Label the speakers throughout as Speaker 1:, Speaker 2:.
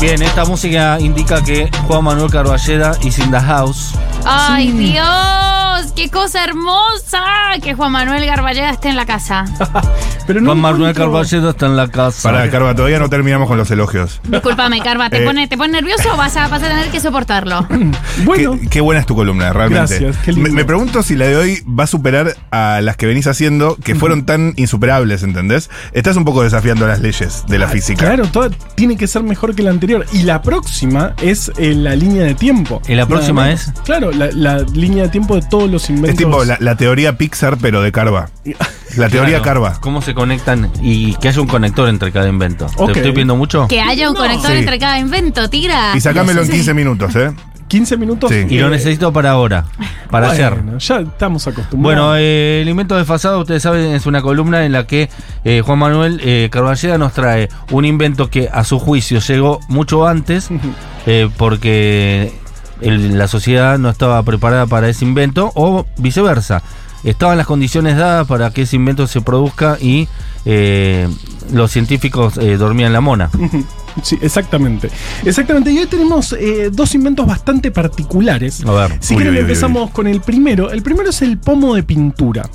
Speaker 1: Bien, esta música indica que Juan Manuel Carballeda y in the house.
Speaker 2: ¡Ay, Dios! ¡Qué cosa hermosa! Que Juan Manuel Garballeda esté en la casa.
Speaker 3: Pero
Speaker 1: Juan Manuel
Speaker 3: encuentro-
Speaker 1: Carballeda está en la casa.
Speaker 4: Pará, Carva, todavía no terminamos con los elogios.
Speaker 2: Discúlpame, Carva, ¿te,
Speaker 4: Eh.
Speaker 2: pone, ¿te pone nervioso o vas a, vas a tener que soportarlo?
Speaker 3: Bueno,
Speaker 4: Qué, qué buena es tu columna, realmente.
Speaker 3: Gracias, qué lindo.
Speaker 4: Me, me pregunto si la de hoy va a superar a las que venís haciendo, que fueron tan insuperables, ¿entendés? Estás un poco desafiando las leyes de la física.
Speaker 3: claro, todo tiene que ser mejor que la anterior. Y la próxima es eh, la línea de tiempo.
Speaker 1: ¿Y la próxima
Speaker 3: Nada más. Claro, la, la línea de tiempo de todos los inventos.
Speaker 4: Es tipo la, la teoría Pixar, pero de Carva. La teoría
Speaker 1: Claro,
Speaker 4: Carva.
Speaker 1: ¿Cómo se conectan y que haya un conector entre cada invento?
Speaker 3: Ok.
Speaker 1: ¿Te estoy pidiendo mucho?
Speaker 2: Que haya un conector
Speaker 4: Sí.
Speaker 2: entre cada invento, tira.
Speaker 4: Y sacámelo en 15 minutos, ¿eh?
Speaker 3: 15 minutos.
Speaker 4: Sí.
Speaker 1: Y lo
Speaker 3: eh,
Speaker 1: necesito para ahora, para
Speaker 3: bueno,
Speaker 1: ayer.
Speaker 3: Ya estamos acostumbrados.
Speaker 1: Bueno, eh, el invento desfasado, ustedes saben, es una columna en la que eh, Juan Manuel eh, Carballeda nos trae un invento que a su juicio llegó mucho antes, eh, porque el- la sociedad no estaba preparada para ese invento, o viceversa. Estaban las condiciones dadas para que ese invento se produzca y eh, los científicos eh, dormían la mona.
Speaker 3: Ujú. Sí, exactamente. Exactamente. Y hoy tenemos eh, dos inventos bastante particulares.
Speaker 1: A ver.
Speaker 3: Si
Speaker 4: Uy,
Speaker 3: quieren
Speaker 4: uy, uy,
Speaker 3: empezamos con el primero. El primero es el pomo de pintura.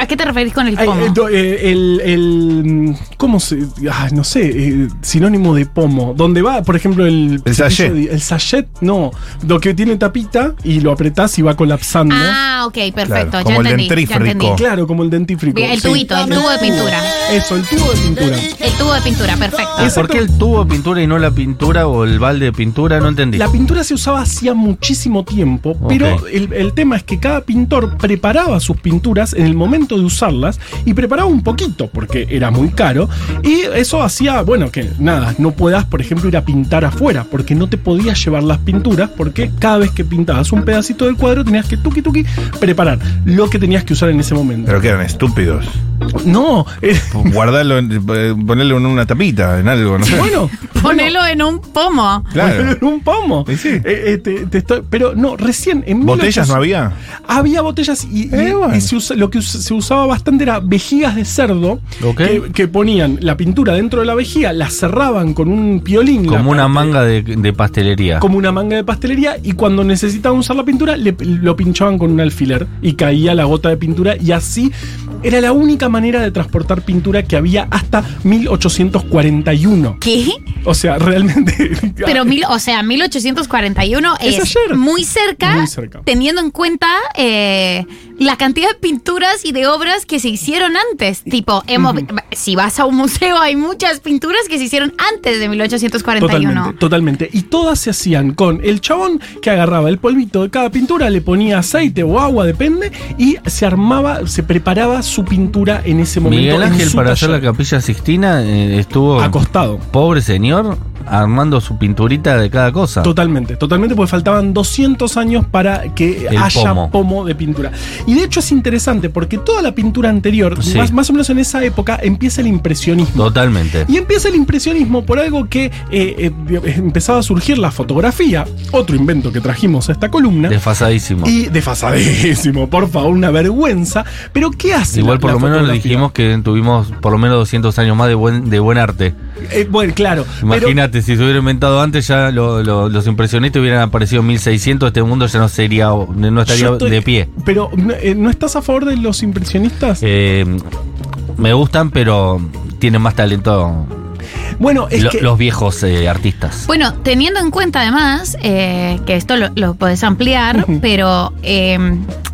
Speaker 2: ¿A qué te referís con el
Speaker 3: Ay,
Speaker 2: pomo?
Speaker 3: eh, do- eh, el, el- mm, ¿Cómo se.? ah, no sé. eh, sinónimo de pomo. Donde va, por ejemplo, el.
Speaker 4: El sachet.
Speaker 3: cepillo de- El sachet, no. Lo que tiene tapita y lo apretás y va colapsando.
Speaker 2: Ah, ok, perfecto.
Speaker 4: Claro,
Speaker 2: ya
Speaker 4: como el
Speaker 2: entendí. ya
Speaker 4: dentífrico.
Speaker 2: entendí.
Speaker 3: Claro, como el dentífrico.
Speaker 2: Bien, El
Speaker 3: Sí.
Speaker 2: tubito, el tubo de pintura.
Speaker 3: Eso, el tubo de pintura.
Speaker 2: El tubo de pintura, perfecto.
Speaker 3: Es-
Speaker 1: Ah, ¿Por qué el tubo de pintura y no la pintura o el balde de pintura? No entendí.
Speaker 3: La pintura se usaba hacía muchísimo tiempo, pero
Speaker 1: Ok.
Speaker 3: el, el tema es que cada pintor preparaba sus pinturas en el momento de usarlas y preparaba un poquito porque era muy caro y eso hacía, bueno, que nada, no puedas, por ejemplo, ir a pintar afuera porque no te podías llevar las pinturas porque cada vez que pintabas un pedacito del cuadro tenías que tuki tuki preparar lo que tenías que usar en ese momento.
Speaker 4: Pero que eran estúpidos.
Speaker 3: No, eh,
Speaker 4: Guardarlo, en- eh, ponerlo en una tapita, en algo, no sé.
Speaker 3: bueno,
Speaker 2: Ponelo en un pomo.
Speaker 4: claro.
Speaker 3: un pomo.
Speaker 4: Y sí.
Speaker 3: Eh, eh, te- te estoy- pero no, recién en 1800
Speaker 4: ¿Botellas no había?
Speaker 3: Había botellas y, y-
Speaker 4: Eh, bueno.
Speaker 3: y se usa- lo que us- se usaba bastante era vejigas de cerdo
Speaker 1: Ok.
Speaker 3: que, que ponían la pintura dentro de la vejiga, la cerraban con un piolín. la
Speaker 1: Como una
Speaker 3: parte-
Speaker 1: manga de, de pastelería.
Speaker 3: Como una manga de pastelería y cuando necesitaban usar la pintura le- lo pinchaban con un alfiler y caía la gota de pintura y así era la única manera de transportar pintura que había hasta 1841.
Speaker 2: ¿Qué?
Speaker 3: O sea, realmente...
Speaker 2: Pero mil, o sea, 1841 es,
Speaker 3: Es ayer.
Speaker 2: muy cerca,
Speaker 3: Muy cerca.
Speaker 2: teniendo en cuenta eh, la cantidad de pinturas y de obras que se hicieron antes. Tipo, hemos, si vas a un museo hay muchas pinturas que se hicieron antes de 1841.
Speaker 3: Totalmente, totalmente. Y todas se hacían con el chabón que agarraba el polvito de cada pintura, le ponía aceite o agua, depende, y se armaba, se preparaba su pintura en ese momento.
Speaker 1: Miguel
Speaker 3: en
Speaker 1: Ángel
Speaker 3: su
Speaker 1: para hacer la
Speaker 3: taller,
Speaker 1: capilla Sixtina eh, estuvo
Speaker 3: acostado.
Speaker 1: pobre señor armando su pinturita de cada cosa.
Speaker 3: Totalmente, totalmente, porque faltaban 200 años para que
Speaker 1: El
Speaker 3: haya pomo.
Speaker 1: pomo.
Speaker 3: de pintura. Y de hecho es interesante porque toda la pintura anterior,
Speaker 1: Sí.
Speaker 3: más, más o menos en esa época, empieza el impresionismo.
Speaker 1: Totalmente.
Speaker 3: Y empieza el impresionismo por algo que eh, eh, empezaba a surgir la fotografía, otro invento que trajimos a esta columna.
Speaker 1: Desfasadísimo.
Speaker 3: Y desfasadísimo, por favor, una vergüenza. Pero ¿qué hace?
Speaker 1: Igual
Speaker 3: la-
Speaker 1: por
Speaker 3: la
Speaker 1: lo menos le
Speaker 3: fotografía?
Speaker 1: dijimos que tuvimos por lo menos 200 años más de buen, de buen arte.
Speaker 3: Eh, bueno, claro.
Speaker 1: Imagínate, si se hubiera inventado antes ya lo- lo- los impresionistas hubieran aparecido en 1600, este mundo ya no sería no
Speaker 3: pero
Speaker 1: estaría
Speaker 3: yo estoy-
Speaker 1: de pie.
Speaker 3: Pero ¿no, eh, ¿no estás a favor de los impresionistas?
Speaker 1: Eh, me gustan, pero tienen más talento
Speaker 3: bueno, es
Speaker 1: lo-
Speaker 3: que.
Speaker 1: los viejos eh, artistas.
Speaker 2: Bueno, teniendo en cuenta además eh, que esto lo, lo podés ampliar, pero eh,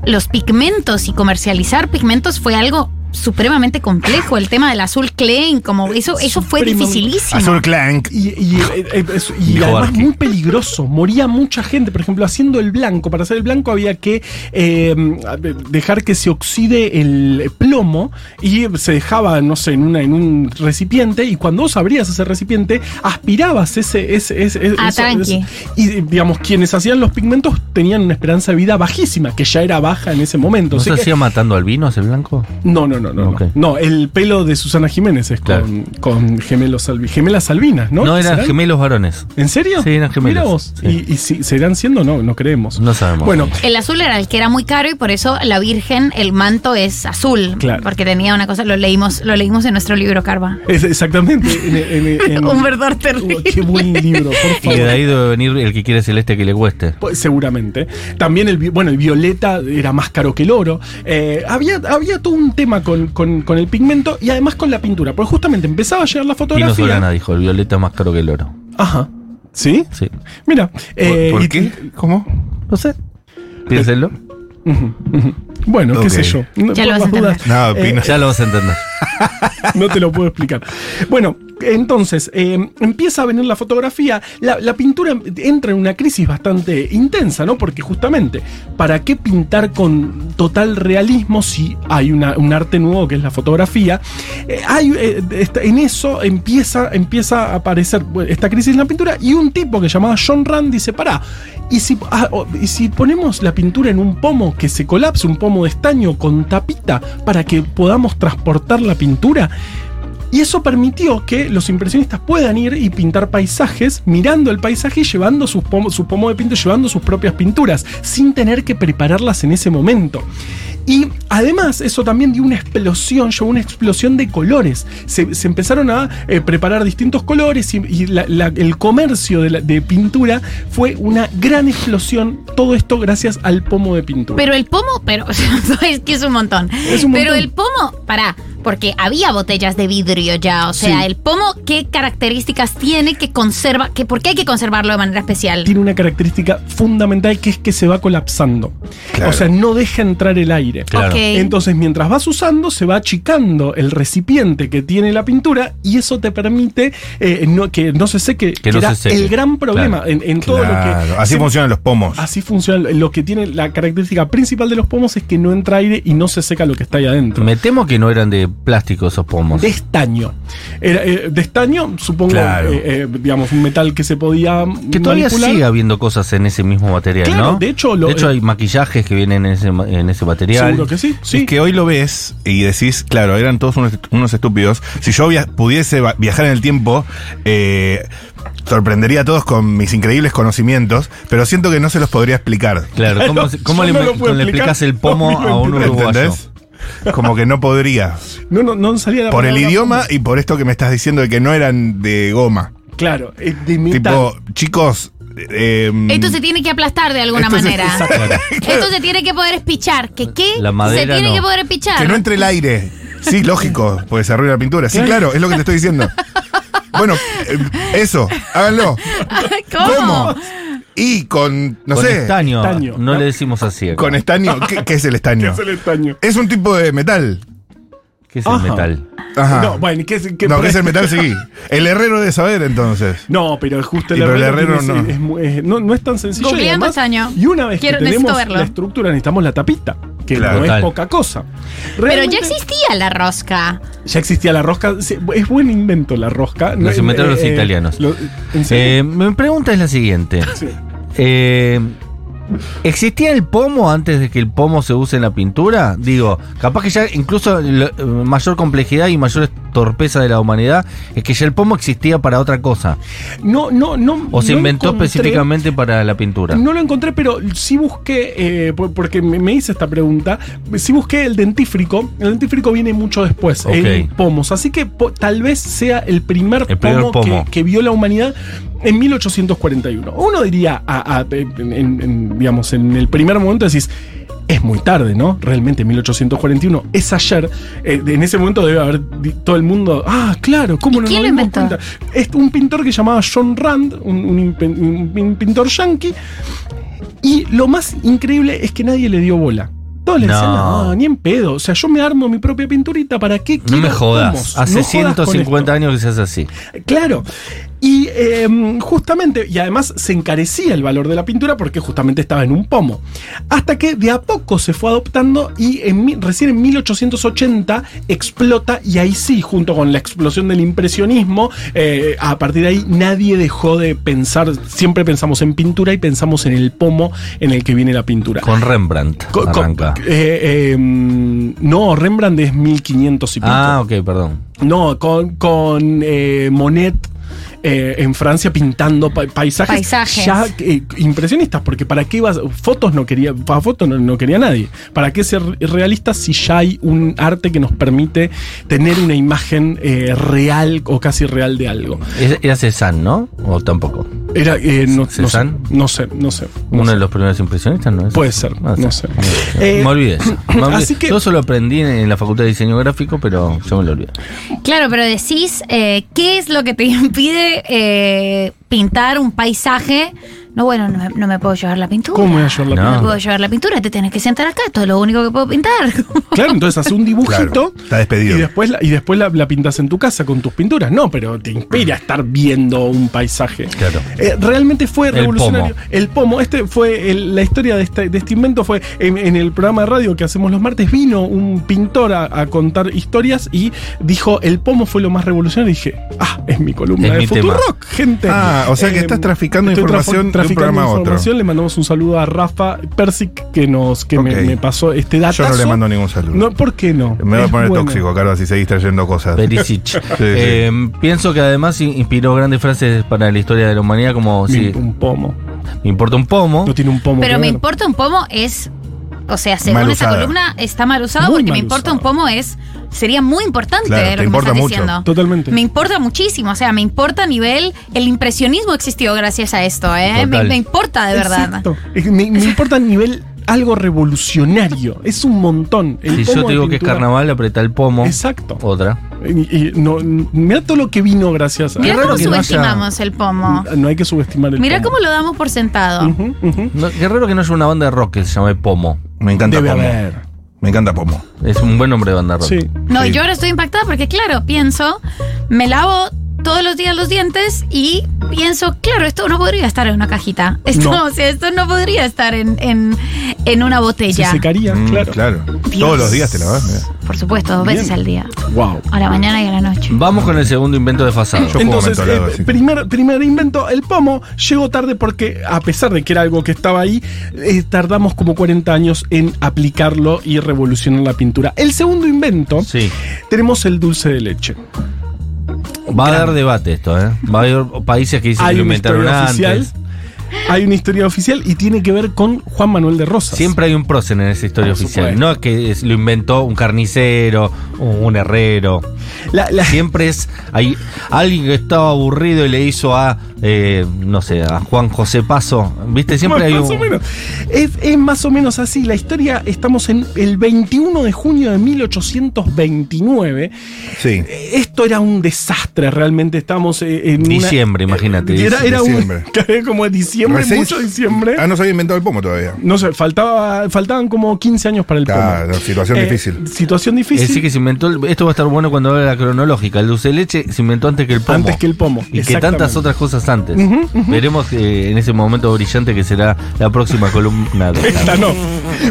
Speaker 2: los pigmentos y comercializar pigmentos fue algo supremamente complejo. El tema del azul Klein, como eso, eso fue
Speaker 3: Supremamente.
Speaker 2: dificilísimo.
Speaker 4: Azul Clank.
Speaker 3: Y, y, eh, eh, es- y
Speaker 1: Dijo
Speaker 3: además
Speaker 1: Barqui.
Speaker 3: muy peligroso, moría mucha gente. Por ejemplo, haciendo el blanco, para hacer el blanco había que eh, dejar que se oxide el plomo y se dejaba, no sé, en, una, en un recipiente. Y cuando vos abrías ese recipiente, aspirabas ese. ese, ese- ese-
Speaker 2: Ah,
Speaker 3: eso-
Speaker 2: tranqui.
Speaker 3: eso. Y digamos, quienes hacían los pigmentos tenían una esperanza de vida bajísima, que ya era baja en ese momento.
Speaker 1: ¿No
Speaker 3: Así
Speaker 1: se
Speaker 3: que-
Speaker 1: hacía matando al vino ese blanco?
Speaker 3: no, no, no, no, no.
Speaker 1: Ok.
Speaker 3: No, No, el pelo de Susana Jiménez es
Speaker 1: Claro.
Speaker 3: con, con gemelos Salvi- gemelas salvinas, ¿no?
Speaker 1: No, eran
Speaker 3: ¿Serán?
Speaker 1: gemelos varones.
Speaker 3: ¿En serio?
Speaker 1: Sí, eran gemelos.
Speaker 3: Mira vos.
Speaker 1: Sí.
Speaker 3: ¿Y, y si serán siendo? No, no creemos.
Speaker 1: No sabemos.
Speaker 3: Bueno,
Speaker 2: El azul era el que era muy caro y por eso la Virgen, el manto es azul.
Speaker 3: Claro.
Speaker 2: Porque tenía una cosa, lo leímos, lo leímos en nuestro libro Carva.
Speaker 3: es- exactamente. en- en- en-
Speaker 2: Un verdor
Speaker 3: Oh,
Speaker 2: terrible.
Speaker 3: Qué buen libro, por
Speaker 1: Y
Speaker 3: favor.
Speaker 1: de ahí debe venir el que quiere celeste que le cueste.
Speaker 3: Pues, Seguramente. También el, vi- bueno, el violeta era más caro que el oro. Eh, había, había todo un tema con, con- con el pigmento y además con la pintura. Porque justamente empezaba a llegar la
Speaker 1: Y no
Speaker 3: fotografía.
Speaker 1: Solana dijo, el violeta es más caro que el oro.
Speaker 3: Ajá. ¿Sí?
Speaker 1: Sí.
Speaker 3: Mira. eh,
Speaker 4: ¿Por
Speaker 3: y-
Speaker 4: qué? ¿Cómo?
Speaker 1: No sé.
Speaker 3: Eh,
Speaker 1: Piénsenlo.
Speaker 3: Ujú, ujú. Bueno,
Speaker 4: Ok.
Speaker 3: qué sé yo. No,
Speaker 2: Ya
Speaker 3: por
Speaker 2: lo vas a
Speaker 3: las dudas,
Speaker 4: No, Pino.
Speaker 1: Ya lo vas a entender.
Speaker 3: no te lo puedo explicar. Bueno, entonces eh, empieza a venir la fotografía. La, la pintura entra en una crisis bastante intensa, ¿no? Porque justamente, ¿para qué pintar con total realismo si hay una- un arte nuevo que es la fotografía? Eh, hay, eh, esta- en eso empieza, empieza a aparecer bueno, esta crisis en la pintura y un tipo que llamaba John Rand dice, pará, ¿y si, ah, o- y si ponemos la pintura en un pomo que se colapse, un pomo de estaño con tapita para que podamos transportar la pintura? Y eso permitió que los impresionistas puedan ir y pintar paisajes, mirando el paisaje y llevando sus pomos su pomo de pinto, llevando sus propias pinturas, sin tener que prepararlas en ese momento. Y además eso también dio una explosión, llevó una explosión de colores. Se, se empezaron a eh, preparar distintos colores y, y la- la- el comercio de, la- de pintura fue una gran explosión. Todo esto gracias al pomo de pintura.
Speaker 2: Pero el pomo, pero es que es un montón.
Speaker 3: Es un
Speaker 2: Pero
Speaker 3: montón.
Speaker 2: el pomo, pará, porque había botellas de vidrio ya, o sea,
Speaker 3: Sí.
Speaker 2: el pomo, ¿qué características tiene que conserva? Que, ¿Por qué hay que conservarlo de manera especial?
Speaker 3: tiene una característica fundamental que es que se va colapsando.
Speaker 4: Claro.
Speaker 3: O sea, no deja entrar el aire.
Speaker 1: Claro.
Speaker 2: Ok.
Speaker 3: Entonces, mientras vas usando, se va achicando el recipiente que tiene la pintura y eso te permite eh, no- que no se seque.
Speaker 1: Que no
Speaker 3: era
Speaker 1: se seque.
Speaker 3: el gran problema en, en todo lo
Speaker 4: Claro,
Speaker 3: que.
Speaker 4: Así
Speaker 3: se-
Speaker 4: funcionan los pomos.
Speaker 3: Así funciona. Lo que tiene la característica principal de los pomos es que no entra aire y no se seca lo que está ahí adentro.
Speaker 1: Me temo que no eran de plástico esos pomos.
Speaker 3: De estaño. Era, eh, de estaño, supongo,
Speaker 4: Claro.
Speaker 3: eh, eh, digamos, un metal que se podía.
Speaker 1: Que todavía
Speaker 3: manipular.
Speaker 1: sigue habiendo cosas en ese mismo material,
Speaker 3: Claro,
Speaker 1: ¿no?
Speaker 3: de hecho, lo-
Speaker 1: hay maquillajes que vienen en ese, ma- en ese material.
Speaker 3: Seguro que sí. Sí.
Speaker 4: Es que hoy lo ves y decís, claro, eran todos unos, unos estúpidos. Si yo via- pudiese va- viajar en el tiempo, eh, sorprendería a todos con mis increíbles conocimientos, pero siento que no se los podría explicar.
Speaker 1: Claro, ¿cómo,
Speaker 3: Claro,
Speaker 1: cómo
Speaker 3: yo
Speaker 1: le,
Speaker 3: no lo puedo
Speaker 1: le
Speaker 3: explicar.
Speaker 1: explicas el pomo a un
Speaker 3: 2023,
Speaker 1: uruguayo?
Speaker 4: ¿Entendés? Como que no podría.
Speaker 3: No, no, no salía la
Speaker 4: Por el
Speaker 3: palabra.
Speaker 4: idioma y por esto que me estás diciendo de que no eran de goma.
Speaker 3: Claro, eh, de metal.
Speaker 4: Tipo, chicos. eh,
Speaker 3: mm.
Speaker 2: Esto se tiene que aplastar de alguna
Speaker 4: Esto se-
Speaker 2: manera.
Speaker 1: Claro.
Speaker 2: Esto se tiene que poder espichar. ¿Qué qué?
Speaker 1: La madera
Speaker 2: se tiene
Speaker 1: no.
Speaker 2: que poder espichar.
Speaker 4: Que no entre el aire. Sí, lógico, porque se arruina la pintura. Sí, claro, es lo que te estoy diciendo. Bueno, eh, eso, háganlo.
Speaker 2: ¿Cómo?
Speaker 4: ¿Cómo? Y con, no
Speaker 1: con
Speaker 4: sé,
Speaker 1: estaño.
Speaker 3: Oh. estaño,
Speaker 1: No
Speaker 3: ¿no?
Speaker 1: le decimos así. acá.
Speaker 4: con estaño. ¿Qué, qué es el
Speaker 3: ¿Qué
Speaker 4: estaño?
Speaker 3: es el estaño?
Speaker 4: Es un tipo de metal.
Speaker 1: ¿Qué es el
Speaker 3: Ajá.
Speaker 1: metal?
Speaker 4: Ajá.
Speaker 3: No, bueno, ¿qué es, qué-
Speaker 4: No, ¿qué es el metal? Sí. El herrero debe saber entonces.
Speaker 3: No, pero justo
Speaker 4: Y
Speaker 3: el
Speaker 4: pero el
Speaker 3: herrero,
Speaker 4: herrero
Speaker 3: tiene-
Speaker 4: no.
Speaker 3: es- es muy- es- no. no es tan sencillo. y
Speaker 2: Googleando
Speaker 3: además-
Speaker 2: estaño.
Speaker 3: Y una vez
Speaker 2: Quiero-
Speaker 3: que
Speaker 2: necesito
Speaker 3: tenemos
Speaker 2: verlo.
Speaker 3: la estructura, necesitamos la tapita, que
Speaker 4: Claro.
Speaker 3: no
Speaker 1: Total.
Speaker 3: es poca cosa.
Speaker 2: Pero ya
Speaker 3: Realmente-
Speaker 2: existía la rosca.
Speaker 3: ya existía la rosca. Sí, Es buen invento la rosca. eh,
Speaker 1: Los inventaron los italianos.
Speaker 3: lo- ¿en serio?
Speaker 1: Eh, mi pregunta es la siguiente.
Speaker 3: Sí.
Speaker 1: Eh, ¿Existía el pomo antes de que el pomo se use en la pintura? Digo, capaz que ya incluso la eh, mayor complejidad y mayor torpeza de la humanidad es que ya el pomo existía para otra cosa.
Speaker 3: No, no, no.
Speaker 1: O se
Speaker 3: no
Speaker 1: inventó
Speaker 3: encontré-
Speaker 1: específicamente para la pintura.
Speaker 3: No lo encontré, pero sí busqué, eh, por- porque me, me hice esta pregunta, sí busqué el dentífrico. El dentífrico viene mucho después,
Speaker 1: Ok.
Speaker 3: en pomos. Así que po- tal vez sea el primer
Speaker 1: El primer
Speaker 3: pomo,
Speaker 1: pomo.
Speaker 3: Que, que vio la humanidad en 1841. Uno diría, a- a- en- en- en, digamos, en el primer momento decís... Es muy tarde, ¿no? Realmente 1841 es ayer. Eh, en ese momento debe haber di- todo el mundo. Ah, claro, ¿cómo
Speaker 2: ¿Y
Speaker 3: no
Speaker 2: quién
Speaker 3: nos
Speaker 2: lo
Speaker 3: dimos
Speaker 2: inventó?
Speaker 3: cuenta?". Es un pintor que llamaba John Rand, un, un impen- un pin- pintor yankee, y lo más increíble es que nadie le dio bola. Todos le
Speaker 1: No.
Speaker 3: decían, no, ni en pedo. O sea, yo me armo mi propia pinturita, ¿para qué
Speaker 1: No
Speaker 3: quiero
Speaker 1: me jodas.
Speaker 3: pomos?
Speaker 1: Hace
Speaker 3: No jodas con
Speaker 1: 150
Speaker 3: esto".
Speaker 1: años que se hace así.
Speaker 3: Claro. Y eh, justamente, y además se encarecía el valor de la pintura porque justamente estaba en un pomo. Hasta que de a poco se fue adoptando y en, mi- recién en 1880 explota y ahí sí, junto con la explosión del impresionismo, eh, a partir de ahí nadie dejó de pensar, siempre pensamos en pintura y pensamos en el pomo en el que viene la pintura.
Speaker 1: Con Rembrandt.
Speaker 3: Co- co-
Speaker 1: arranca.
Speaker 3: eh, eh, no, Rembrandt es 1500 y pico.
Speaker 1: Ah, ok, perdón.
Speaker 3: No, con, con eh, Monet eh, en Francia pintando pa- paisajes,
Speaker 2: Paisajes.
Speaker 3: ya eh, impresionistas, porque para qué vas, fotos no quería, para fotos no, no quería nadie. ¿Para qué ser realistas si ya hay un arte que nos permite tener una imagen eh, real o casi real de algo?
Speaker 1: Es- Era Cézanne, ¿no? O tampoco.
Speaker 3: Era, eh, no, no sé,
Speaker 1: ¿Cézanne?
Speaker 3: no sé, no sé. no
Speaker 1: Uno
Speaker 3: sé.
Speaker 1: de los primeros impresionistas, ¿no es?
Speaker 3: Puede ser, no sé. Eh,
Speaker 1: me olvidé. eso, me olvidé.
Speaker 3: así que-
Speaker 1: Yo solo aprendí en- en la Facultad de Diseño Gráfico, pero yo me lo olvidé.
Speaker 2: Claro, pero decís, eh, ¿qué es lo que te impide eh, pintar un paisaje? No, bueno, no, me- no me puedo llevar la pintura.
Speaker 3: ¿Cómo voy a llevar la
Speaker 1: No.
Speaker 2: No me puedo llevar la pintura, te tenés que sentar acá, esto es lo único que puedo pintar.
Speaker 3: Claro, entonces hace un dibujito.
Speaker 4: Claro, está despedido.
Speaker 3: Y después, la, y después la, la pintas en tu casa con tus pinturas. No, pero te inspira a estar viendo un paisaje.
Speaker 1: Claro.
Speaker 3: Eh, realmente fue
Speaker 1: El
Speaker 3: revolucionario.
Speaker 1: pomo.
Speaker 3: El pomo. Este fue el- la historia de este, de este invento fue en, en el programa de radio que hacemos los martes. Vino un pintor a, a contar historias y dijo: El pomo fue lo más revolucionario. Y dije: Ah, es mi columna
Speaker 1: Es
Speaker 3: de
Speaker 1: mi tema.
Speaker 3: Futurock, gente. Eh,
Speaker 4: Ah, o sea que estás traficando
Speaker 3: estoy
Speaker 4: información de un
Speaker 3: traficando
Speaker 4: programa a otro.
Speaker 3: información. Le mandamos un saludo a Rafa Persic que nos que me-
Speaker 4: Ok.
Speaker 3: me, pasó este dato.
Speaker 4: Yo no le mando ningún saludo.
Speaker 3: No, ¿por qué no?
Speaker 4: Me voy a
Speaker 3: Es
Speaker 4: poner
Speaker 3: bueno.
Speaker 4: tóxico, Carlos, si seguís trayendo cosas.
Speaker 1: Perisic. Eh, pienso que además in- inspiró grandes frases para la historia de la humanidad, como
Speaker 3: Me
Speaker 1: si
Speaker 3: imp- Un pomo.
Speaker 1: me importa un pomo.
Speaker 3: No tiene un pomo.
Speaker 2: Pero
Speaker 3: que
Speaker 2: me
Speaker 3: ver.
Speaker 2: importa un pomo es, o sea, según
Speaker 4: Mal
Speaker 2: esa
Speaker 4: usada.
Speaker 2: columna está mal usado
Speaker 3: Muy
Speaker 2: porque me
Speaker 3: mal
Speaker 2: importa
Speaker 3: usado.
Speaker 2: un pomo es, sería muy importante
Speaker 4: Claro,
Speaker 2: lo
Speaker 4: te
Speaker 2: que me
Speaker 4: importa
Speaker 2: estás
Speaker 4: mucho.
Speaker 2: diciendo.
Speaker 3: Totalmente.
Speaker 2: Me importa muchísimo, o sea, me importa a nivel, el impresionismo existió gracias a esto, ¿eh? Me,
Speaker 1: Total.
Speaker 2: me importa de verdad.
Speaker 3: Exacto. Eh, Me, me importa a nivel algo revolucionario. Es un montón. El
Speaker 1: Si
Speaker 3: pomo
Speaker 1: yo te
Speaker 3: de
Speaker 1: digo que es
Speaker 3: pintura.
Speaker 1: carnaval, aprieta el pomo.
Speaker 3: Exacto.
Speaker 1: Otra.
Speaker 3: Y, y no, n- mira todo lo que vino gracias a.
Speaker 2: Mira
Speaker 1: raro
Speaker 2: cómo
Speaker 1: que no haya-
Speaker 2: subestimamos el pomo.
Speaker 3: No hay que subestimar el
Speaker 2: Mira
Speaker 3: pomo.
Speaker 2: cómo lo damos por sentado.
Speaker 3: Ujú, ujú.
Speaker 1: No, qué raro que no haya una banda de rock que se llame Pomo.
Speaker 4: Me encanta
Speaker 3: Debe
Speaker 4: Pomo.
Speaker 3: haber.
Speaker 4: Me encanta Pomo.
Speaker 1: Es un buen nombre de banda rock.
Speaker 3: Sí.
Speaker 2: No,
Speaker 4: Sí.
Speaker 2: yo ahora estoy impactada porque, claro, pienso, me lavo todos los días los dientes y pienso, claro, esto no podría estar en una cajita. Esto,
Speaker 3: No.
Speaker 2: o sea, esto no podría estar en, en, en una
Speaker 3: Se
Speaker 2: botella.
Speaker 3: secaría,
Speaker 4: Mm,
Speaker 3: claro.
Speaker 2: Dios.
Speaker 4: Todos los días te la vas. mirá.
Speaker 2: Por supuesto, dos veces
Speaker 3: Bien. Mm.
Speaker 2: al día.
Speaker 3: Wow.
Speaker 2: A la mañana y a la noche.
Speaker 1: Vamos con el segundo invento desfasado.
Speaker 4: Yo- como
Speaker 3: Entonces,
Speaker 4: mentolado,
Speaker 3: eh,
Speaker 4: así que-
Speaker 3: primer, primer invento, el pomo llegó tarde porque, a pesar de que era algo que estaba ahí, eh, tardamos como 40 años en aplicarlo y revolucionar la pintura. El segundo invento,
Speaker 1: Sí.
Speaker 3: tenemos el dulce de leche.
Speaker 1: Va a dar debate esto, ¿eh? Va a haber países que dicen que
Speaker 3: Hay
Speaker 1: lo
Speaker 3: una
Speaker 1: inventaron
Speaker 3: historia
Speaker 1: antes.
Speaker 3: oficial. Hay una historia oficial y tiene que ver con Juan Manuel de Rosas.
Speaker 1: Siempre hay un prócer en esa historia
Speaker 3: Por
Speaker 1: oficial.
Speaker 3: supuesto.
Speaker 1: No es que es- lo inventó un carnicero, o un herrero.
Speaker 3: La- la-
Speaker 1: Siempre es hay alguien que estaba aburrido y le hizo a, eh, no sé, a Juan José Paso. ¿Viste? Siempre hay
Speaker 3: más o
Speaker 1: un.
Speaker 3: menos. Es, es más o menos así. La historia, estamos en el 21 de junio de 1829.
Speaker 4: Sí.
Speaker 3: Esto era un desastre, realmente estamos eh, en una-
Speaker 1: Diciembre, imagínate.
Speaker 3: Era, era
Speaker 4: diciembre.
Speaker 3: un como diciembre,
Speaker 4: Recién-
Speaker 3: mucho diciembre.
Speaker 4: Ah, no se había inventado el Pomo todavía.
Speaker 3: No sé, faltaba, faltaban como 15 años para el
Speaker 4: Claro,
Speaker 3: pomo.
Speaker 4: situación
Speaker 3: Eh,
Speaker 4: difícil.
Speaker 3: Situación
Speaker 1: Es
Speaker 3: difícil.
Speaker 1: decir, que se inventó. el- esto va a estar bueno cuando haga la cronológica. El dulce de leche se inventó antes que el pomo.
Speaker 3: Antes que el pomo,
Speaker 1: Y que
Speaker 3: exactamente.
Speaker 1: tantas otras cosas antes.
Speaker 3: Ujú, ujú.
Speaker 1: Veremos eh, en ese momento brillante que será la próxima columna. de-
Speaker 3: Esta no.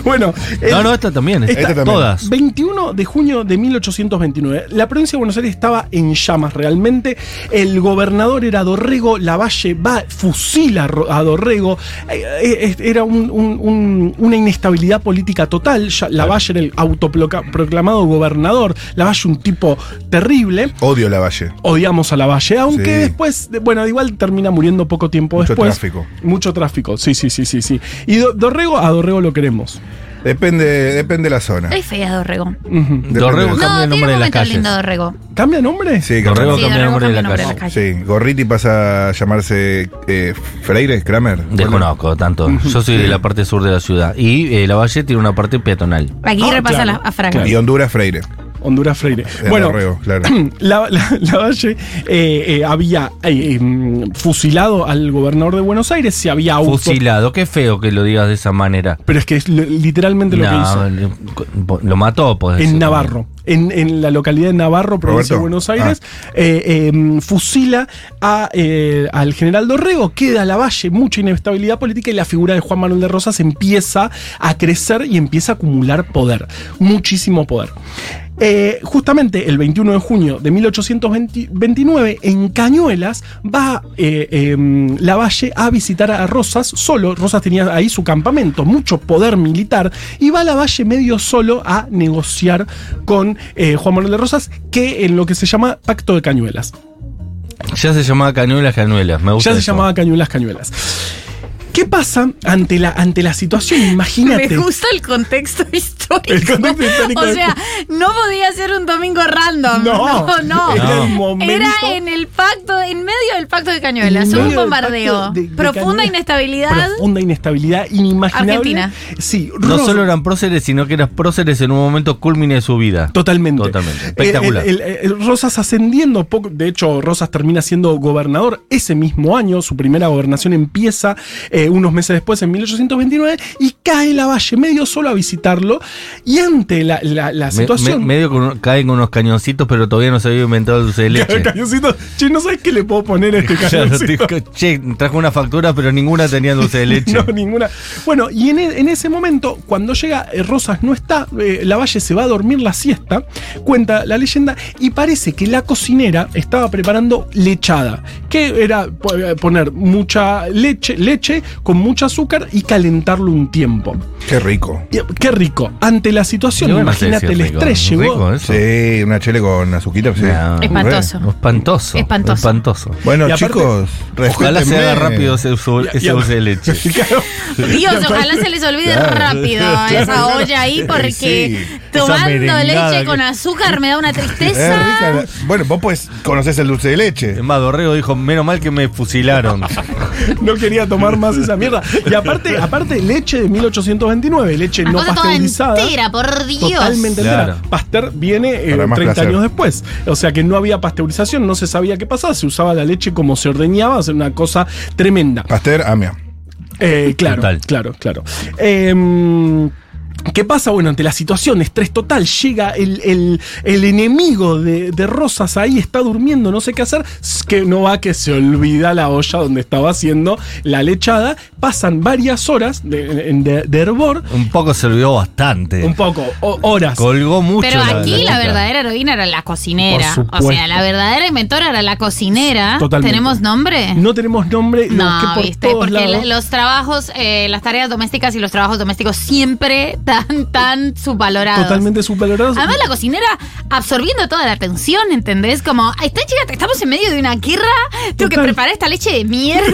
Speaker 3: Bueno, el-
Speaker 1: No, no, esta también.
Speaker 3: Esta
Speaker 1: esta-
Speaker 4: también.
Speaker 1: Todas.
Speaker 3: 21 de junio de 1829. La provincia de Buenos Aires estaba en llamas realmente. El gobernador era Dorrego, Lavalle va, fusila a Ro- a Dorrego. Eh, eh, eh, Era un- un- un- una inestabilidad política total. Ya- Lavalle era el autoproclamado gobernador. Lavalle un tipo terrible.
Speaker 4: Odio la valle.
Speaker 3: Odiamos a Lavalle, aunque
Speaker 4: Sí.
Speaker 3: después, de- bueno, igual termina muriendo poco tiempo
Speaker 4: Mucho
Speaker 3: después.
Speaker 4: tráfico.
Speaker 3: Mucho tráfico, sí, sí, sí, sí, sí. Y Do- Dorrego, a Dorrego lo queremos.
Speaker 4: Depende, depende la zona.
Speaker 2: Estoy fea, Dorrego.
Speaker 3: Ujú.
Speaker 4: Depende
Speaker 1: Dorrego
Speaker 4: de
Speaker 1: Cambia
Speaker 4: la-
Speaker 2: No,
Speaker 1: el
Speaker 2: tiene
Speaker 1: nombre de
Speaker 2: un
Speaker 1: las
Speaker 2: momento
Speaker 1: calles.
Speaker 2: lindo, Dorrego.
Speaker 3: ¿Cambia nombre?
Speaker 4: Sí,
Speaker 1: Dorrego
Speaker 2: Sí,
Speaker 4: Cambia.
Speaker 1: cambia el
Speaker 2: Dorrego
Speaker 1: nombre de la
Speaker 2: cambia el
Speaker 1: calle.
Speaker 2: nombre de
Speaker 4: Sí, Gorriti pasa a llamarse eh, Freire, Kramer.
Speaker 1: Desconozco tanto. Yo soy de la parte sur de la ciudad. Y eh, Lavalle tiene una parte peatonal.
Speaker 2: Aquí
Speaker 3: Ah,
Speaker 2: repasa
Speaker 3: claro,
Speaker 2: la, a Fraga.
Speaker 4: Y Honduras, Freire.
Speaker 3: Honduras Freire.
Speaker 4: En
Speaker 3: bueno,
Speaker 4: Dorrego, claro.
Speaker 3: la, la- Lavalle eh, eh, había eh, eh, fusilado al gobernador de Buenos Aires, se había auto.
Speaker 1: Fusilado, qué feo que lo digas de esa manera.
Speaker 3: Pero es que es lo- literalmente lo que hizo.
Speaker 1: No, lo- lo mató, pues.
Speaker 3: En Navarro, en, en la localidad de Navarro, provincia de
Speaker 4: Roberto.
Speaker 3: Buenos Aires,
Speaker 1: Ah.
Speaker 3: eh, eh, fusila a, eh, al general Dorrego, queda la valle, mucha inestabilidad política y la figura de Juan Manuel de Rosas empieza a crecer y empieza a acumular poder, muchísimo poder. Eh, justamente el 21 de junio de 1829, en Cañuelas, va eh, eh, Lavalle a visitar a Rosas solo. Rosas tenía ahí su campamento, mucho poder militar, y va Lavalle medio solo a negociar con eh, Juan Manuel de Rosas, que en lo que se llama Pacto de Cañuelas.
Speaker 1: Ya se llamaba Cañuelas, Cañuelas. Me gusta
Speaker 3: Ya se
Speaker 1: eso.
Speaker 3: llamaba Cañuelas, Cañuelas. ¿Qué pasa ante la, ante la situación? Imagínate.
Speaker 2: Me gusta el contexto histórico.
Speaker 3: El contexto histórico
Speaker 2: O
Speaker 3: de-
Speaker 2: sea, no podía ser un domingo random.
Speaker 3: No,
Speaker 2: No, no.
Speaker 3: Era, el
Speaker 1: No.
Speaker 3: momento-
Speaker 2: Era en el pacto, en medio del pacto de Cañuelas,
Speaker 3: En medio
Speaker 2: un
Speaker 3: del
Speaker 2: bombardeo,
Speaker 3: pacto de- de
Speaker 2: profunda
Speaker 3: Cañuelas.
Speaker 2: inestabilidad.
Speaker 3: Profunda inestabilidad inimaginable.
Speaker 2: Argentina.
Speaker 3: Sí,
Speaker 1: No
Speaker 3: Ros-
Speaker 1: solo eran próceres, sino que eran próceres en un momento culmine de su vida.
Speaker 3: Totalmente. Eh,
Speaker 1: Totalmente. Espectacular.
Speaker 3: El- el- el- Rosas ascendiendo, poco- de hecho Rosas termina siendo gobernador ese mismo año, su primera gobernación empieza eh, unos meses después, en 1829, y cae Lavalle medio solo a visitarlo, y ante la, la- la
Speaker 1: Me-
Speaker 3: situación...
Speaker 1: me- medio con, caen con unos cañoncitos, pero todavía no se había inventado el dulce de leche.
Speaker 3: Cañoncito, che, no sabes qué le puedo poner a este
Speaker 1: Claro,
Speaker 3: cañoncito.
Speaker 1: dijo, che, trajo una factura, pero ninguna tenía dulce de leche.
Speaker 3: No, ninguna. Bueno, y en, e- en ese momento, cuando llega, eh, Rosas no está, eh, Lavalle se va a dormir la siesta, cuenta la leyenda, y parece que la cocinera estaba preparando lechada, que era po- eh, poner mucha leche, leche con mucho azúcar y calentarlo un tiempo.
Speaker 4: Qué rico.
Speaker 3: Y, Qué rico. Ante la situación,
Speaker 1: Yo no sé si
Speaker 3: imagínate
Speaker 1: es
Speaker 3: el
Speaker 1: rico.
Speaker 3: estrés, llegó.
Speaker 1: ¿Rico ¿eh? eso?
Speaker 4: Sí, una chele con azuquita. sí.
Speaker 1: No.
Speaker 2: Espantoso.
Speaker 1: Espantoso.
Speaker 2: Espantoso.
Speaker 1: Espantoso.
Speaker 4: Bueno,
Speaker 3: Y aparte-
Speaker 4: chicos,
Speaker 1: Ojalá se haga
Speaker 4: respétenme.
Speaker 1: rápido ese, su-
Speaker 3: Y- y-
Speaker 1: ese dulce de leche.
Speaker 3: Claro.
Speaker 2: Dios, ojalá se les olvide
Speaker 4: Claro.
Speaker 2: rápido esa olla ahí, porque
Speaker 4: Sí,
Speaker 1: esa
Speaker 2: tomando
Speaker 1: merengada
Speaker 2: leche
Speaker 1: que-
Speaker 2: con azúcar me da una
Speaker 4: Es rica
Speaker 2: tristeza.
Speaker 4: la- Bueno, vos pues conocés el dulce de leche.
Speaker 1: Es más, Dorrego dijo, menos mal que me fusilaron.
Speaker 3: No quería tomar más esa mierda. Y aparte, aparte leche de 1829, leche
Speaker 2: Una
Speaker 3: no
Speaker 2: cosa toda
Speaker 3: pasteurizada.
Speaker 2: entera, por Dios.
Speaker 3: Totalmente
Speaker 1: Claro.
Speaker 3: entera. Pasteur viene eh, 30
Speaker 4: Para más placer.
Speaker 3: años después. O sea que no había pasteurización, no se sabía qué pasaba, se usaba la leche como se ordeñaba, o sea, una cosa tremenda.
Speaker 4: Pasteur, amia.
Speaker 3: Eh, claro,
Speaker 1: Total.
Speaker 3: claro, claro, Em, ¿Qué pasa? Bueno, ante la situación, estrés total, llega el, el- el enemigo de, de Rosas ahí, está durmiendo, no sé qué hacer, s- que no va, que se olvida la olla donde estaba haciendo la lechada, pasan varias horas de, de- de hervor,
Speaker 1: Un poco se olvidó bastante.
Speaker 3: un poco, o- horas.
Speaker 1: Colgó mucho.
Speaker 2: Pero aquí la,
Speaker 1: chica.
Speaker 2: verdadera heroína era la cocinera.
Speaker 3: Por
Speaker 2: O sea,
Speaker 3: supuesto.
Speaker 2: la verdadera inventora era la cocinera.
Speaker 3: Totalmente.
Speaker 2: ¿Tenemos nombre?
Speaker 3: No tenemos nombre. lo
Speaker 2: Eh. No,
Speaker 3: busqué por
Speaker 2: viste,
Speaker 3: todos
Speaker 2: porque
Speaker 3: lados.
Speaker 2: los trabajos, eh, las tareas domésticas y los trabajos domésticos siempre tan, tan subvalorados.
Speaker 3: Totalmente subvalorados.
Speaker 2: Además, la cocinera absorbiendo toda la atención, ¿entendés? Como, "Ay, está chica, estamos en medio de una guerra, tengo que
Speaker 3: Total.
Speaker 2: preparar esta leche de mierda.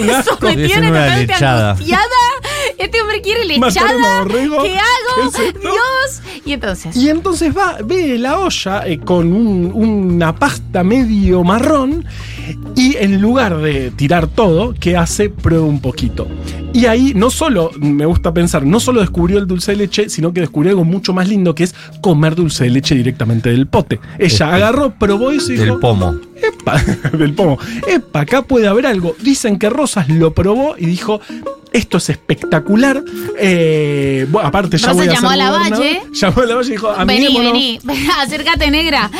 Speaker 3: un asco.
Speaker 2: Eso me
Speaker 1: Debe ser
Speaker 2: tiene
Speaker 1: una
Speaker 2: totalmente
Speaker 1: lechada.
Speaker 2: angustiada. Este hombre quiere
Speaker 3: Mataron a
Speaker 2: lechada.
Speaker 3: Dorrego.
Speaker 2: ¿Qué hago?
Speaker 3: ¿Qué es esto?
Speaker 2: Dios. Y entonces.
Speaker 3: Y entonces va, ve la olla eh, con un- una pasta medio marrón y en lugar de tirar todo, que hace? Prueba un poquito. Y ahí no solo, me gusta pensar, no solo descubrió el dulce de leche, sino que descubrió algo mucho más lindo que es comer dulce de leche directamente del pote.
Speaker 1: Este,
Speaker 3: Ella agarró, probó eso y
Speaker 1: Del
Speaker 3: dijo,
Speaker 1: pomo.
Speaker 3: Epa, del pomo. Epa, acá puede haber algo. Dicen que Rosas lo probó y dijo. Esto es espectacular. Eh, bueno, aparte, ya
Speaker 2: Rosas
Speaker 3: voy a
Speaker 2: llamó
Speaker 3: ser
Speaker 2: a
Speaker 3: gobernador".
Speaker 2: Lavalle.
Speaker 3: Llamó a la valle y dijo: A
Speaker 2: Vení, vení, acércate negra.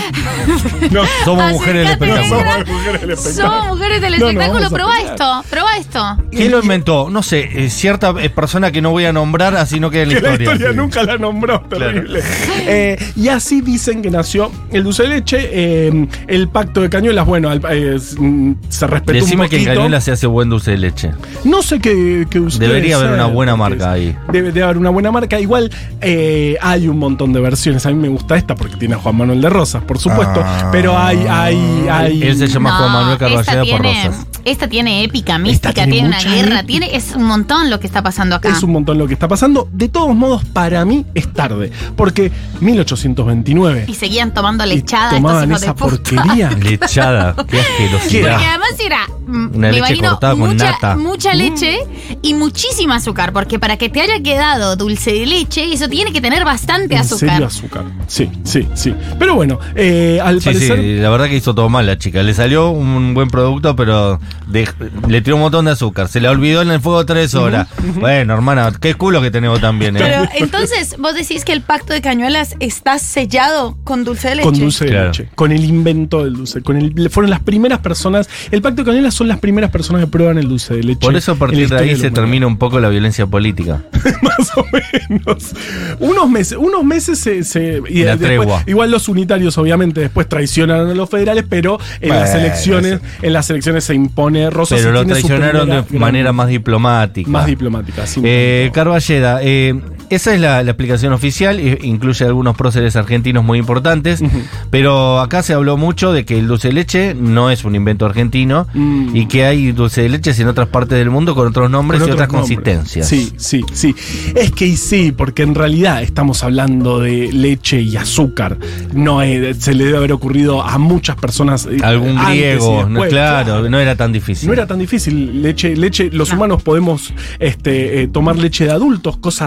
Speaker 3: No,
Speaker 1: Somos mujeres del
Speaker 2: Acércate,
Speaker 1: espectáculo.
Speaker 2: negra.
Speaker 3: mujeres del
Speaker 2: Somos mujeres del
Speaker 3: No, no,
Speaker 2: espectáculo,
Speaker 3: vamos a
Speaker 2: probá
Speaker 3: pelear.
Speaker 2: esto, probá esto.
Speaker 1: ¿Quién lo inventó? No sé, eh, cierta eh, persona que no voy a nombrar, así no queda en la
Speaker 3: Que la
Speaker 1: historia.
Speaker 3: historia
Speaker 1: Sí.
Speaker 3: nunca la nombró, terrible. Eh, y así dicen que nació el dulce de leche, eh, el pacto de cañuelas. Bueno, al- eh, s- mm, se respetó
Speaker 1: Decime
Speaker 3: un
Speaker 1: que en
Speaker 3: poquito.
Speaker 1: Cañuela se hace buen dulce de leche.
Speaker 3: No sé qué, qué ustedes
Speaker 1: Debería haber
Speaker 3: saben,
Speaker 1: una buena
Speaker 3: porque
Speaker 1: marca ahí.
Speaker 3: Debe de haber una buena marca. Igual eh, hay un montón de versiones. A mí me gusta esta porque tiene a Juan Manuel de Rosas, por supuesto.
Speaker 4: Ah.
Speaker 3: Pero hay, hay, hay.
Speaker 1: Él se llama
Speaker 2: No,
Speaker 1: Juan Manuel
Speaker 2: esta
Speaker 1: Carballeda por
Speaker 2: tiene-
Speaker 1: Rosas.
Speaker 2: Esta tiene épica, mística, tiene,
Speaker 3: tiene
Speaker 2: una
Speaker 3: mucha
Speaker 2: guerra,
Speaker 3: épica.
Speaker 2: tiene es un montón lo que está pasando acá.
Speaker 3: Es un montón lo que está pasando. De todos modos, para mí es tarde. Porque 1829.
Speaker 2: Y seguían tomando
Speaker 3: y
Speaker 2: lechada estos
Speaker 3: tomaban
Speaker 2: hijos de
Speaker 3: esa
Speaker 2: puta.
Speaker 3: porquería.
Speaker 1: Lechada, qué
Speaker 2: Porque
Speaker 1: asquerosidad.
Speaker 2: además era mm,
Speaker 1: Una
Speaker 2: me
Speaker 1: leche
Speaker 2: imagino
Speaker 1: cortada con
Speaker 2: mucha,
Speaker 1: nata.
Speaker 3: Mm.
Speaker 2: mucha leche y muchísima azúcar, porque para que te haya quedado dulce de leche, eso tiene que tener bastante
Speaker 3: En serio,
Speaker 2: azúcar.
Speaker 3: azúcar. Sí, sí, sí. Pero bueno, eh, al
Speaker 1: Sí,
Speaker 3: parecer.
Speaker 1: sí, la verdad que hizo todo mal la chica. Le salió un buen producto, pero dej- le tiró un montón de azúcar. Se la olvidó en el fuego tres horas. Bueno, hermana, qué culo que tenemos también, ¿eh?
Speaker 5: Pero entonces, vos decís que el pacto de cañuelas está sellado con dulce de leche.
Speaker 3: Con dulce de
Speaker 1: Claro.
Speaker 3: leche, con el invento del dulce, con el, fueron las primeras personas, el Pacto de Canelas son las primeras personas que prueban el dulce de leche.
Speaker 1: Por eso a
Speaker 3: en
Speaker 1: partir
Speaker 3: la
Speaker 1: de ahí
Speaker 3: historia
Speaker 1: se
Speaker 3: la humanidad.
Speaker 1: termina un poco la violencia política.
Speaker 3: más o menos. Unos meses, unos meses se. se- y
Speaker 1: La
Speaker 3: después-
Speaker 1: tregua.
Speaker 3: Igual los unitarios, obviamente, después traicionaron a los federales, pero en
Speaker 4: Bueno,
Speaker 3: las elecciones,
Speaker 4: eso.
Speaker 3: en las elecciones se impone Rosas.
Speaker 1: Pero lo traicionaron de manera más diplomática.
Speaker 3: más diplomática. sin
Speaker 1: Eh,
Speaker 3: tanto.
Speaker 1: Carballeda, eh, esa es la, la explicación oficial, e- incluye algunos próceres argentinos muy importantes, pero acá se habló mucho de que el dulce de leche no es un invento argentino
Speaker 3: Mm.
Speaker 1: y que hay dulce de leches en otras partes del mundo con otros nombres
Speaker 3: Con
Speaker 1: y
Speaker 3: otros
Speaker 1: otras
Speaker 3: nombres.
Speaker 1: consistencias.
Speaker 3: Sí, sí, sí. Es que y sí, porque en realidad estamos hablando de leche y azúcar. No eh, se le debe haber ocurrido a muchas personas. eh,
Speaker 1: Algún
Speaker 3: antes y
Speaker 1: griego, no-
Speaker 3: después,
Speaker 1: claro, no era tan difícil.
Speaker 3: No era tan difícil leche, leche. Los
Speaker 2: Ah.
Speaker 3: humanos podemos este, eh, tomar leche de adultos, cosa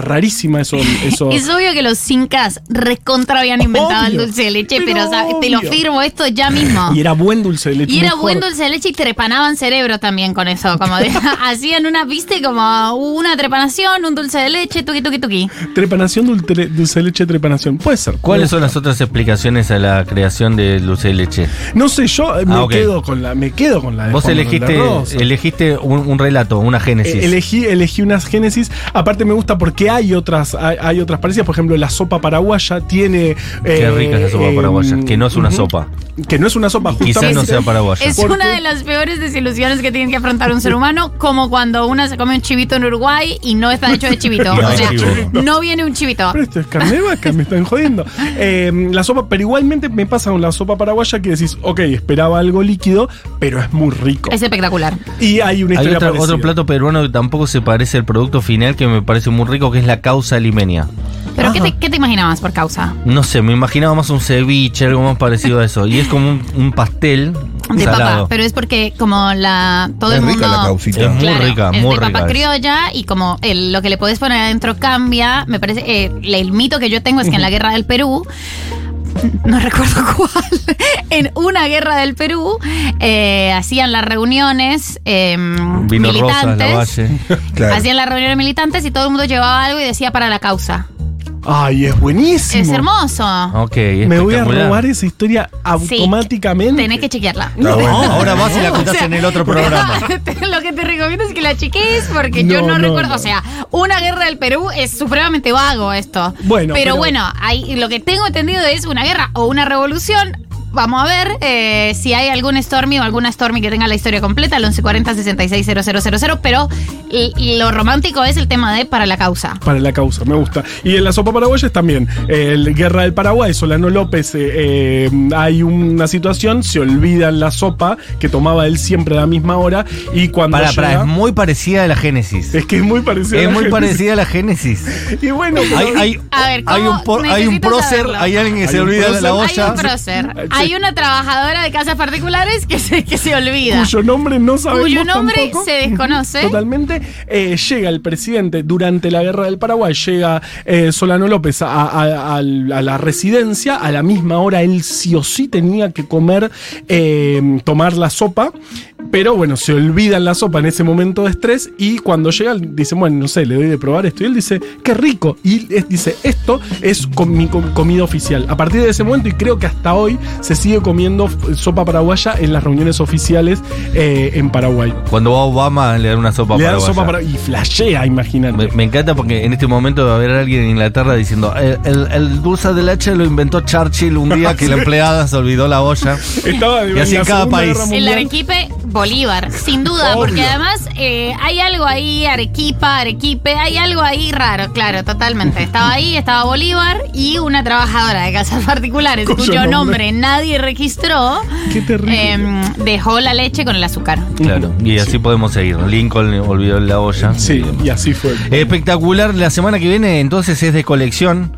Speaker 3: rarísima eso. eso
Speaker 2: Es obvio que los incas recontra habían inventado el
Speaker 3: Obvio,
Speaker 2: dulce de leche, pero,
Speaker 3: pero
Speaker 2: o sea, te lo
Speaker 3: obvio.
Speaker 2: firmo esto ya mismo.
Speaker 3: Y era buen dulce de leche.
Speaker 2: Y era
Speaker 3: mejor.
Speaker 2: buen dulce de leche y trepanaban cerebro también con eso. Como de- hacían una, viste, como una trepanación, un dulce de leche, tuqui, tuqui, tuqui.
Speaker 3: Trepanación, dulce, dulce de leche, trepanación. Puede ser.
Speaker 1: ¿Cuáles son las otras explicaciones a la creación del dulce de leche?
Speaker 3: No sé, yo eh, me,
Speaker 1: Ah, ok.
Speaker 3: quedo con la, me quedo con la de
Speaker 1: Vos
Speaker 3: Juan Manuel de
Speaker 1: elegiste,
Speaker 3: Rosas.
Speaker 1: elegiste un, un relato, una génesis.
Speaker 3: Eh, Elegí, elegí unas Génesis. Aparte me gusta porque hay otras, hay, hay otras parecidas. Por ejemplo, la sopa paraguaya tiene.
Speaker 1: Qué
Speaker 3: eh,
Speaker 1: rica es la sopa
Speaker 3: eh,
Speaker 1: paraguaya, que no es una
Speaker 3: ujú,
Speaker 1: sopa.
Speaker 3: Que no es una sopa,
Speaker 1: Quizás
Speaker 3: justamente.
Speaker 1: no sea paraguaya.
Speaker 2: Es
Speaker 3: ¿Por
Speaker 2: una
Speaker 3: qué?
Speaker 2: de las peores desilusiones que tiene que afrontar un ser humano, como cuando una se come un chivito en Uruguay y no está hecho de chivito.
Speaker 1: No,
Speaker 2: o sea,
Speaker 1: chivo.
Speaker 2: no viene un chivito.
Speaker 3: Pero esto es carne de vaca, me están jodiendo. Eh, la sopa, pero igualmente me pasa con la sopa paraguaya que decís, ok, esperaba algo líquido, pero es muy rico.
Speaker 2: Es espectacular.
Speaker 3: Y hay una
Speaker 1: Hay
Speaker 3: historia
Speaker 1: otra-
Speaker 3: parecida.
Speaker 1: otro plato peruano que tampoco se parece al producto final que me parece muy rico, que es la causa limeña.
Speaker 2: Pero ¿qué te, ¿qué te imaginabas por causa?
Speaker 1: No sé, me imaginaba más un ceviche, algo más parecido a eso. Y es como un, un pastel
Speaker 2: De
Speaker 1: salado.
Speaker 2: papá, pero es porque como la todo
Speaker 4: Es
Speaker 2: el
Speaker 4: rica
Speaker 2: mundo
Speaker 4: la causita.
Speaker 1: Es muy rica,
Speaker 2: es
Speaker 1: muy
Speaker 2: de
Speaker 1: rica
Speaker 2: papa
Speaker 1: es.
Speaker 2: criolla y como el- lo que le podés poner adentro cambia, me parece eh, el mito que yo tengo es que en la guerra del Perú no recuerdo cuál. En una guerra del Perú eh, hacían las reuniones eh,
Speaker 1: Vino rosa,
Speaker 2: militantes.
Speaker 1: la valle.
Speaker 4: Claro.
Speaker 2: Hacían las reuniones militantes y todo el mundo llevaba algo y decía para la causa.
Speaker 3: Ay, es buenísimo.
Speaker 2: Es hermoso.
Speaker 1: Ok, espectacular.
Speaker 3: Me voy a robar esa historia automáticamente.
Speaker 2: Tenés que chequearla.
Speaker 4: Está bueno.
Speaker 1: Ahora vas y la contás
Speaker 2: Oh, O sea,
Speaker 1: en el otro programa.
Speaker 2: lo que te recomiendo es que la cheques porque yo
Speaker 3: No,
Speaker 2: no,
Speaker 3: no,
Speaker 2: recuerdo.
Speaker 3: no.
Speaker 2: O sea, una guerra del Perú es supremamente vago esto.
Speaker 3: Bueno,
Speaker 2: pero,
Speaker 3: pero-
Speaker 2: bueno, hay, lo que tengo entendido es una guerra o una revolución. Vamos a ver eh, si hay algún Stormy o alguna Stormy que tenga la historia completa, al 1140-660000, pero l- lo romántico es el tema de para la causa.
Speaker 3: Para la causa, me gusta. Y en la sopa paraguaya es también. eh, el Guerra del Paraguay, Solano López, eh, eh, hay una situación, se olvida en la sopa que tomaba él siempre a la misma hora y cuando
Speaker 1: Para,
Speaker 3: llega-
Speaker 1: para, es muy parecida a la Génesis.
Speaker 3: es que es muy parecido. a
Speaker 1: Es
Speaker 3: la
Speaker 1: muy
Speaker 3: gente.
Speaker 1: parecida a la Génesis.
Speaker 3: Y bueno, pero-
Speaker 1: Hay, hay,
Speaker 2: A ver,
Speaker 1: hay un,
Speaker 2: ¿cómo?
Speaker 1: por- hay un
Speaker 2: Necesito
Speaker 1: prócer,
Speaker 2: saberlo.
Speaker 1: hay alguien que
Speaker 3: Hay
Speaker 1: se
Speaker 3: un
Speaker 1: olvida de la
Speaker 3: prócer.
Speaker 1: olla.
Speaker 2: Hay un prócer,
Speaker 3: Eh, Sí.
Speaker 2: hay una trabajadora de casas particulares que se, que se olvida.
Speaker 3: cuyo nombre no sabemos
Speaker 2: Cuyo nombre
Speaker 3: tampoco.
Speaker 2: se desconoce.
Speaker 3: Totalmente. Eh, llega el presidente durante la guerra del Paraguay, llega eh, Solano López a, a- a- a la residencia, a la misma hora él sí o sí tenía que comer, eh, tomar la sopa, pero bueno, se olvidan la sopa en ese momento de estrés y cuando llega dicen, bueno, no sé, le doy de probar esto y él dice, qué rico. Y es- dice, esto es con mi com- comida oficial. A partir de ese momento y creo que hasta hoy se sigue comiendo f- sopa paraguaya en las reuniones oficiales eh, en Paraguay.
Speaker 1: Cuando va Obama le dan una sopa
Speaker 3: Le dan
Speaker 1: paraguaya.
Speaker 3: sopa para. Y flashea, imagínate.
Speaker 1: Me, me encanta porque en este momento va a haber alguien en Inglaterra diciendo el, el- el dulce de leche lo inventó Churchill un día que la empleada se olvidó la olla.
Speaker 3: Estaba
Speaker 1: Y así en cada
Speaker 3: Segunda
Speaker 1: país.
Speaker 3: Guerra
Speaker 2: El
Speaker 3: Mundial.
Speaker 2: Arequipe, Bolívar, sin duda,
Speaker 3: Obvio.
Speaker 2: porque además eh, hay algo ahí, Arequipa, Arequipe, hay algo ahí raro, claro, totalmente. Estaba ahí, estaba Bolívar y una trabajadora de casas particulares,
Speaker 3: Cuyo
Speaker 2: cuyo,
Speaker 3: nombre
Speaker 2: nombre nadie registró,
Speaker 3: Qué terrible.
Speaker 2: em, dejó la leche con el azúcar.
Speaker 1: Claro, y así podemos seguir. Lincoln olvidó la olla.
Speaker 3: Sí,
Speaker 1: Y demás.
Speaker 3: y así fue.
Speaker 1: Eh, Espectacular, la semana que viene entonces es de colección.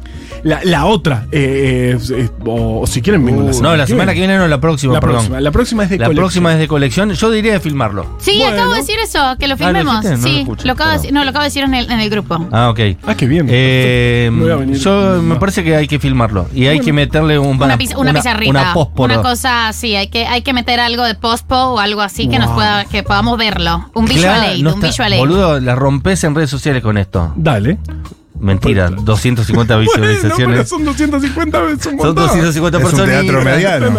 Speaker 3: la, la otra. eh, eh, eh, o, o si quieren, vengo la semana
Speaker 1: Uh, No, la semana que viene no, la próxima,
Speaker 3: La
Speaker 1: perdón.
Speaker 3: próxima, la próxima es de
Speaker 1: la
Speaker 3: colección.
Speaker 1: próxima es de colección. Yo diría de filmarlo.
Speaker 2: Sí,
Speaker 3: Bueno.
Speaker 2: acabo de decir eso, que lo
Speaker 1: Ah, ¿lo
Speaker 2: filmemos.
Speaker 1: dijiste? No lo
Speaker 2: sí,
Speaker 1: escuché,
Speaker 2: lo acabo de
Speaker 1: perdón.
Speaker 2: decir- no, lo acabo de decir en el, en el grupo.
Speaker 1: Ah, ok.
Speaker 3: Ah, qué bien.
Speaker 1: Eh,
Speaker 3: perfecto. No voy a venir.
Speaker 1: yo me
Speaker 3: No.
Speaker 1: parece que hay que filmarlo y hay que meterle un,
Speaker 2: Una, pizarrita, una, pizarrita,
Speaker 1: una post por-
Speaker 2: una cosa así, hay que, hay que meter algo de pospo o algo así que nos
Speaker 3: Wow.
Speaker 2: pueda, que podamos verlo. Un visual
Speaker 1: Claro,
Speaker 2: aid,
Speaker 1: no
Speaker 2: un
Speaker 1: está-
Speaker 2: visual aid.
Speaker 1: Boludo, la rompes en redes sociales con esto.
Speaker 3: Dale.
Speaker 1: Mentira, 250
Speaker 3: Bueno, pero
Speaker 1: visualizaciones.
Speaker 3: son 250 veces un
Speaker 1: Son
Speaker 3: montón.
Speaker 1: 250
Speaker 4: Es un
Speaker 1: personas.
Speaker 4: teatro
Speaker 1: y-
Speaker 4: mediano.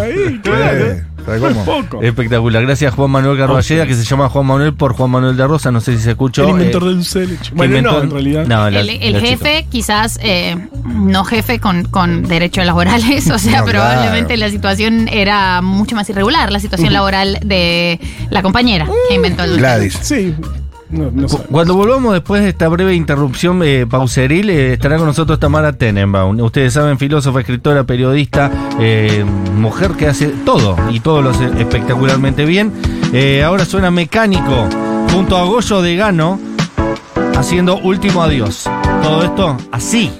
Speaker 3: Ahí, claro.
Speaker 4: Eh, ¿sabes
Speaker 3: No es
Speaker 4: cómo?
Speaker 3: poco.
Speaker 1: Eh, Espectacular. Gracias Juan Manuel Carballeda, que se llama Juan Manuel por Juan Manuel de Rosa. No sé si se escuchó.
Speaker 3: el
Speaker 1: eh,
Speaker 3: inventor del dulce de leche.
Speaker 1: que
Speaker 3: Bueno, no,
Speaker 1: inventó-
Speaker 3: en realidad.
Speaker 1: No, la-
Speaker 2: El, el
Speaker 1: la
Speaker 2: jefe, quizás eh, no jefe con, con derechos laborales, o sea,
Speaker 4: No,
Speaker 2: probablemente
Speaker 4: claro.
Speaker 2: la situación era mucho más irregular, la situación laboral de la compañera que inventó el
Speaker 4: Gladys.
Speaker 3: Sí. No, no sé.
Speaker 1: chica. Cuando volvamos después de esta breve interrupción eh, pauseril, eh, estará con nosotros Tamara Tenenbaum. Ustedes saben, filósofa, escritora, periodista, eh, mujer que hace todo y todo lo hace espectacularmente bien. Eh, ahora suena mecánico junto a Goyo de Gano haciendo último adiós. Todo esto así.